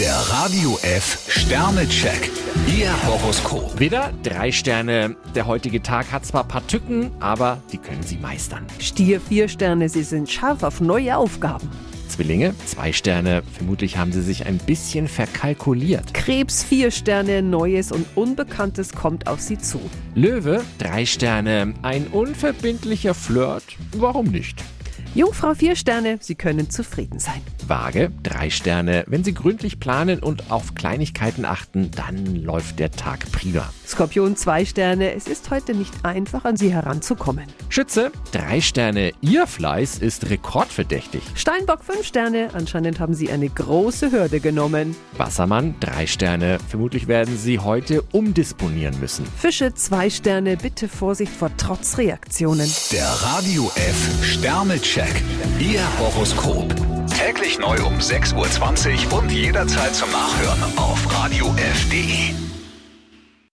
Der Radio F Sternecheck. Ihr Horoskop. Widder, drei Sterne. Der heutige Tag hat zwar ein paar Tücken, aber die können Sie meistern. Stier vier Sterne, Sie sind scharf auf neue Aufgaben. Zwillinge, zwei Sterne. Vermutlich haben Sie sich ein bisschen verkalkuliert. Krebs vier Sterne, Neues und Unbekanntes kommt auf Sie zu. Löwe, drei Sterne. Ein unverbindlicher Flirt. Warum nicht? Jungfrau vier Sterne, Sie können zufrieden sein. Waage, drei Sterne. Wenn Sie gründlich planen und auf Kleinigkeiten achten, dann läuft der Tag prima. Skorpion zwei Sterne, es ist heute nicht einfach an Sie heranzukommen. Schütze, drei Sterne. Ihr Fleiß ist rekordverdächtig. Steinbock fünf Sterne, anscheinend haben Sie eine große Hürde genommen. Wassermann, drei Sterne. Vermutlich werden Sie heute umdisponieren müssen. Fische zwei Sterne, bitte Vorsicht vor Trotzreaktionen. Der Radio F Sternecheck. Ihr Horoskop. Täglich neu um 6.20 Uhr und jederzeit zum Nachhören auf Radio radiof.de.